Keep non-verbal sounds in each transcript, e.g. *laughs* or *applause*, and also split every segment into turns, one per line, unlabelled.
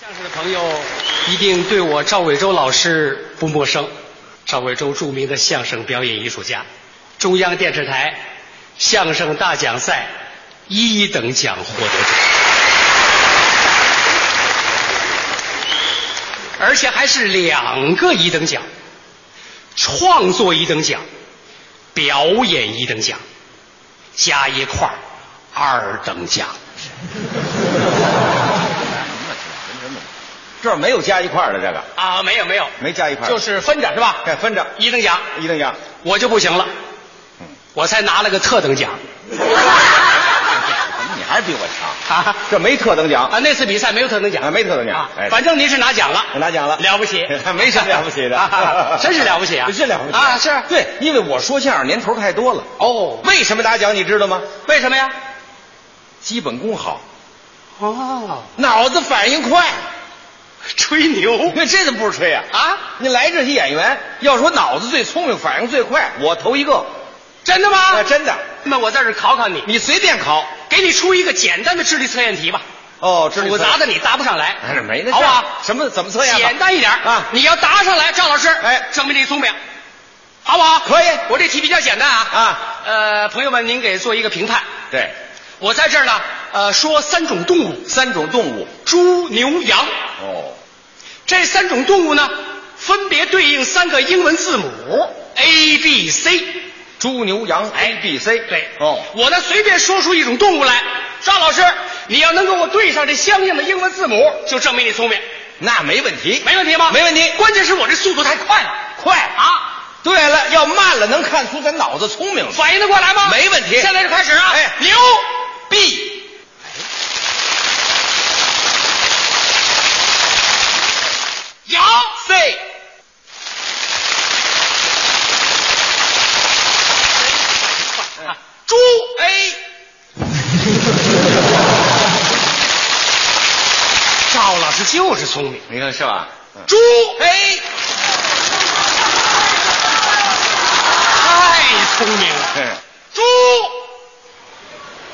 相声的朋友一定对我赵伟洲老师不陌生。赵伟洲著名的相声表演艺术家，中央电视台相声大奖赛一等奖获得者，而且还是两个一等奖：创作一等奖、表演一等奖，加一块儿二等奖。
这儿没有加一块儿的这个，
啊，没有没有，
没加一块儿
就是分着是吧？
哎分着
一等奖，
一等奖。
我就不行了，
嗯，
我才拿了个特
*laughs*
等奖
你还是比我强。
啊
这没特等奖
啊！，那次比赛没有特等奖，
啊没特等奖
啊
哎
反正您是拿奖了，
我拿奖了，，
了不起
*laughs* 没什么了不起
啊
的，
真是了不起
*laughs*
啊，
是了不起
啊！是
对，因为我说相声年头太多了。
哦，
为什么拿奖你知道吗？
为什么呀？
基本功好，
哦，
脑子反应快。
吹
*laughs*
牛
那这怎么不是吹呀？
啊！
你来这些演员，要说脑子最聪明、反应最快，我头一个。
真的吗？
啊，真的，
那我在这儿考考你，
你随便考。
给你出一个简单的智力测验题吧，
哦，这
复杂的你答不上来，
哎没那
好不好？
什么怎么测验法？
简单一点
啊
你要答上来，赵老师，
哎
证明你聪明，好不好？
可以
我这题比较简单啊
啊，
呃，朋友们，您给做一个评判。
对，
我在这儿呢，呃，说三种动物：
三种动物。
猪、牛、羊。
哦，
这三种动物呢，分别对应三个英文字母 A、B、C。
猪牛羊 A B C。
哎对，
哦，
我呢随便说出一种动物来，赵老师，你要能跟我对上这相应的英文字母，就证明你聪明，
那没问题。
没问题吗？
没问题
关键是我这速度太快了，
快
啊！
对了，要慢了能看出咱脑子聪明了。
反应得过来吗？
没问题
现在就开始啊！
哎
牛逼！羊 C，猪 A，赵老师就是聪明，
你看是吧？嗯
猪 A，太聪明了，
嗯，
猪。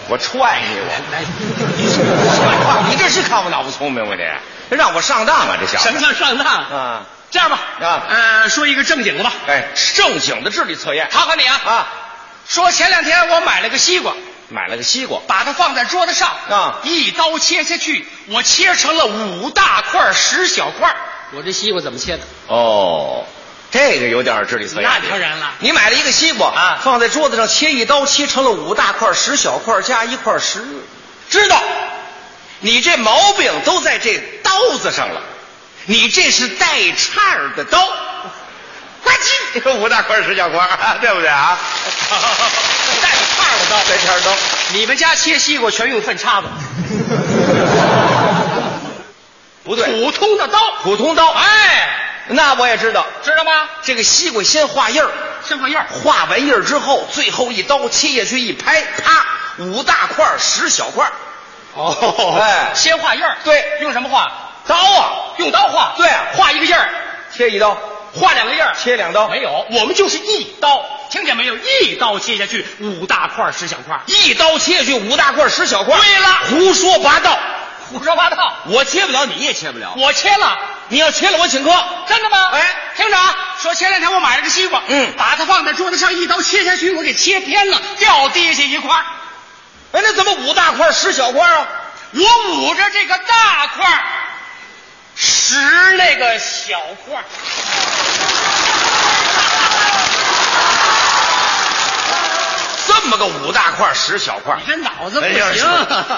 我踹你我！
来， *laughs*
你这是看我脑不聪明吗？这这让我上当啊！这小子
什么叫上当？
啊？
这样吧，
啊
呃，说一个正经的吧。
哎，正经的智力测验
考考你啊，
啊！
说前两天我买了个西瓜，
买了个西瓜，
把它放在桌子上，
啊
一刀切下去，我切成了五大块儿十小块儿。我这西瓜怎么切的？
哦，这个有点智力测验。
那当然了 *laughs*
你买了一个西瓜
啊
放在桌子上切一刀，切成了五大块、十小块加一块十，知道？你这毛病都在这刀子上了，你这是带叉儿的刀，呱唧， *laughs* 五大块十小块，对不对啊？
带着块儿的刀。
带 *laughs* 叉儿刀，
你们家切西瓜全用粪叉子，
不对，
普通的刀，
普通刀。
哎，
那我也知道，
知道吗？
这个西瓜先画印儿，
先放样儿
画完印儿之后，最后一刀切下去一拍，啪，五大块儿十小块儿。
哦
哎
先画印儿。
对
用什么画？刀啊，用刀画。
对啊
画一个印儿，
切一刀，
画两个印儿，
切两刀
没有，我们就是一刀，听见没有？一刀切下去，五大块儿十小块儿。
一刀切下去五大块十小块。
对了，
胡说八道，
胡说八道，
我切不了，你也切不了。
我切了。
你要切了，我请客。
真的吗？
哎
听着啊，说前两天我买了个西瓜，
嗯
把它放在桌子上，一刀切下去，我给切偏了，掉地下一块儿。
哎，那怎么五大块十小块啊？
我捂着这个大块儿，拾那个小块儿。
这么个五大块十小块
你这脑子不
哎呀
行，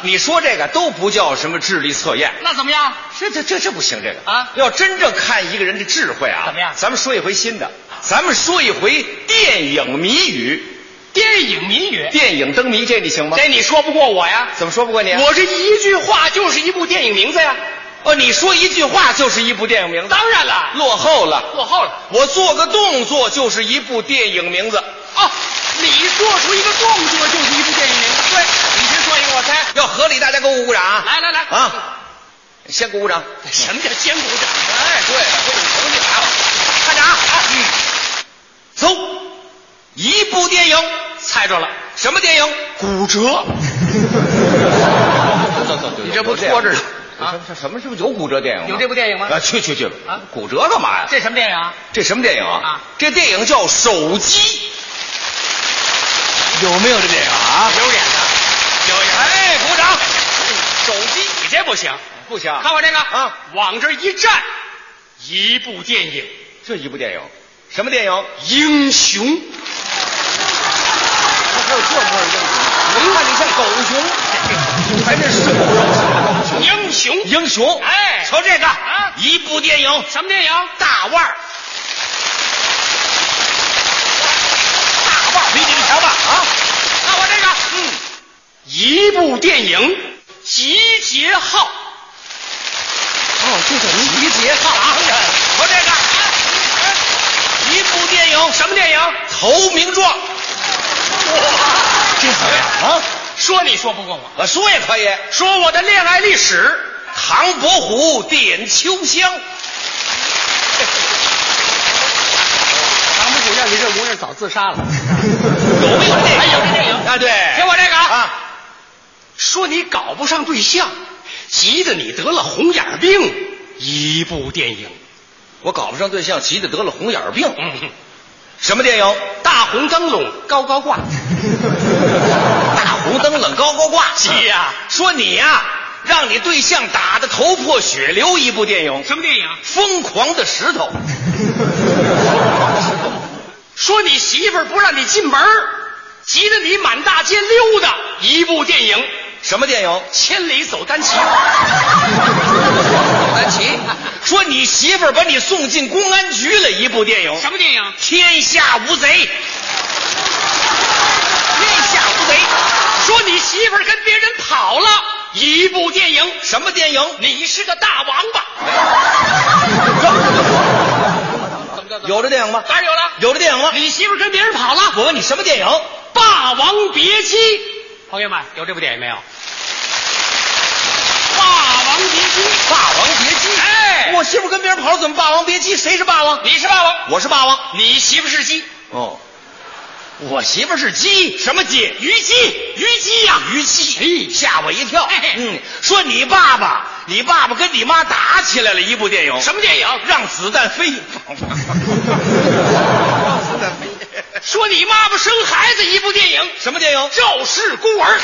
你说这个都不叫什么智力测验。
那怎么样？
这这这这不行，这个
啊
要真正看一个人的智慧啊，
怎么样
咱们说一回新的，咱们说一回电影谜语，
电影谜语，
电影灯谜，这你行吗？哎
这你说不过我呀？
怎么说不过你？啊
我这一句话就是一部电影名字呀。
哦，你说一句话就是一部电影名字，
当然了，
落后了。
落后了。
我做个动作就是一部电影名字，
哦，你做出一个动作就是一部电影名字。对，你先说一个，我猜。
要合理，大家给我鼓鼓掌啊！
来来来
啊！先鼓鼓 *laughs* 掌。
什么叫先鼓掌？
哎，对了，这你成绩来了，看着啊，嗯，走，一部电影，
猜着了，
什么电影？ *laughs*
骨折。
走走走，
你这不拖着呢
什
啊
么？什么是不是有骨折电影吗？
有这部电影吗
啊，去去去
啊
骨折干嘛呀？
这什么电影啊？
这什么电影啊？
啊
这电影叫《手机
有没有这电影啊？有演的，有演。哎，鼓掌！手机你这不行，》，
不行，
看我这个
啊，
往这一站，一部电影《
这一部电影，什么电影？
英雄》。
还有这模样英雄？我看你像狗熊，还真是
英雄，
英雄。
哎
瞧这个
啊
一部电影《
什么电影？
大腕儿》，大腕儿比你强吧？啊，
看我这个，嗯，一部电影《集结号》。
哦，这叫集结号
哎
啊！瞧这个，一部电影什么电影？《投名状》。这怎么样啊？
说你说不过我，
我说也可以。
说我的恋爱历史，
唐伯虎点秋香，
唐伯虎要你这模样早自杀了。
有没有电影？
还有这电影
啊，对，
听我这个啊
啊，
说你搞不上对象，急得你得了红眼病，一部电影。
我搞不上对象，急得得了红眼病。
嗯，
什么电影？
大红灯笼高高挂，
大红灯笼高高挂。
急呀
说你哎呀、让你对象打得头破血流。一部电影《
什么电影？
疯狂的石头》，
说你媳妇儿不让你进门儿，急得你满大街溜达，一部电影《
什么电影？
千里走单 *laughs* 骑》。
南奇。说你媳妇儿把你送进公安局了。一部电影。
么电影？
天下无贼。天下无贼。
说你媳妇儿跟别人跑了，一部电影。
什么电影？
你是个大王八，
有这电影吗？
哪儿有了？
有这电影吗？
你媳妇儿跟别人跑了，
我问你什么电影？
《霸王别姬》。朋友们，有这部电影没有？《霸王别姬》，《霸王别姬》。哎，
我媳妇跟别人跑了，怎么霸王别姬？谁是霸王？
你是霸王，
我是霸王。
你媳妇是鸡，
哦，
我媳妇是鸡，什么鸡？虞姬，虞姬呀、
虞姬，吓我一跳
哎。
嗯，说你爸爸，你爸爸跟你妈打起来了。一部电影，
什么电影？
让子弹飞。
*laughs*
让子弹飞。
说你妈妈生孩子，一部电影，
什么电影？
赵氏孤儿。